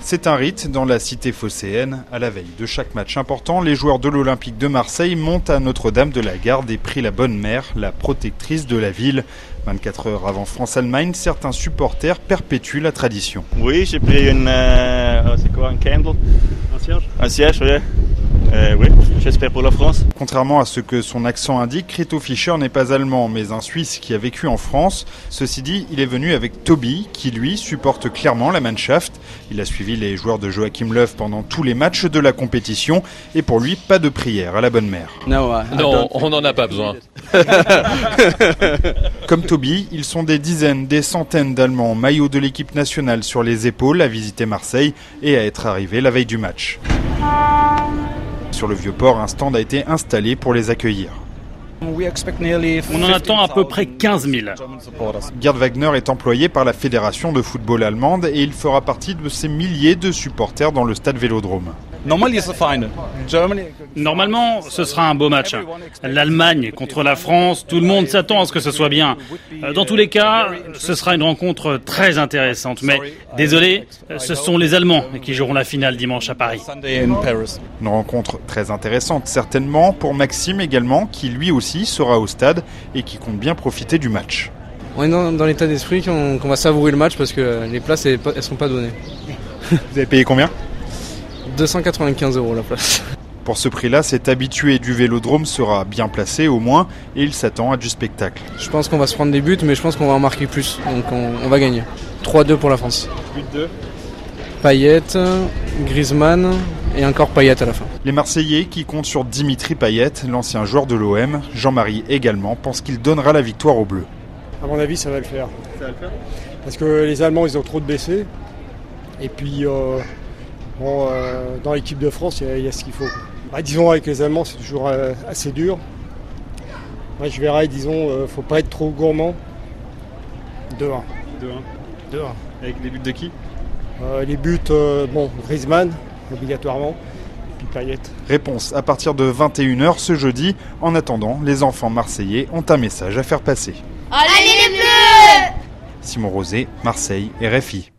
C'est un rite dans la cité phocéenne. À la veille de chaque match important, les joueurs de l'Olympique de Marseille montent à Notre-Dame de la Garde et prient la Bonne Mère, la protectrice de la ville. 24 heures avant France-Allemagne, certains supporters perpétuent la tradition. Oui, j'ai pris une. euh, c'est quoi Un candle Un cierge Un siège, oui. Euh, oui, j'espère pour la France. Contrairement à ce que son accent indique, Reto Fischer n'est pas allemand, mais un Suisse qui a vécu en France. Ceci dit, il est venu avec Toby, qui lui supporte clairement la Mannschaft. Il a suivi les joueurs de Joachim Löw pendant tous les matchs de la compétition, et pour lui, pas de prière à la bonne mère. No, uh, I, I Non, don't on n'en a pas besoin. Comme Toby, ils sont des dizaines, des centaines d'Allemands en maillot de l'équipe nationale sur les épaules à visiter Marseille et à être arrivés la veille du match. Sur le vieux port, un stand a été installé pour les accueillir. On en attend à peu près 15 000. Gerd Wagner est employé par la Fédération de football allemande et il fera partie de ces milliers de supporters dans le stade Vélodrome. Normally it's a final. Germany. Normalement, ce sera un beau match. L'Allemagne contre la France, tout le monde s'attend à ce que ce soit bien. Euh, Dans tous les cas, ce sera une rencontre très intéressante. Mais désolé, ce sont les Allemands qui joueront la finale dimanche à Paris. Sunday in Paris. Une rencontre très intéressante certainement pour Maxime également qui lui aussi sera au stade et qui compte bien profiter du match. On est dans, dans l'état d'esprit qu'on qu'on va savourer le match parce que les places, elles, elles sont pas données. Vous avez payé combien 295 euros la place. Pour ce prix-là, cet habitué du Vélodrome sera bien placé au moins et il s'attend à du spectacle. Je pense qu'on va se prendre des buts, mais je pense qu'on va en marquer plus. Donc on, on va gagner. 3-2 pour la France. Payet, Griezmann et encore Payet à la fin. Les Marseillais qui comptent sur Dimitri Payet, l'ancien joueur de l'OM, Jean-Marie également, pense qu'il donnera la victoire aux Bleus. À mon avis, ça va le faire. Parce que les Allemands, ils ont trop de blessés. Et puis, euh, bon, euh, dans l'équipe de France, il y a- il y, a ce qu'il faut. Bah, disons, avec les Allemands, c'est toujours euh, assez dur. Moi, je verrai, disons, euh, faut pas être trop gourmand. 2-1. 2-1. 2-1. Avec les buts de qui Euh, les buts, euh, bon, Griezmann, obligatoirement. Et puis Payet. Réponse à partir de 21h ce jeudi. En attendant, les enfants marseillais ont un message à faire passer. Allez les bleus Simon Rosé, Marseille, RFI.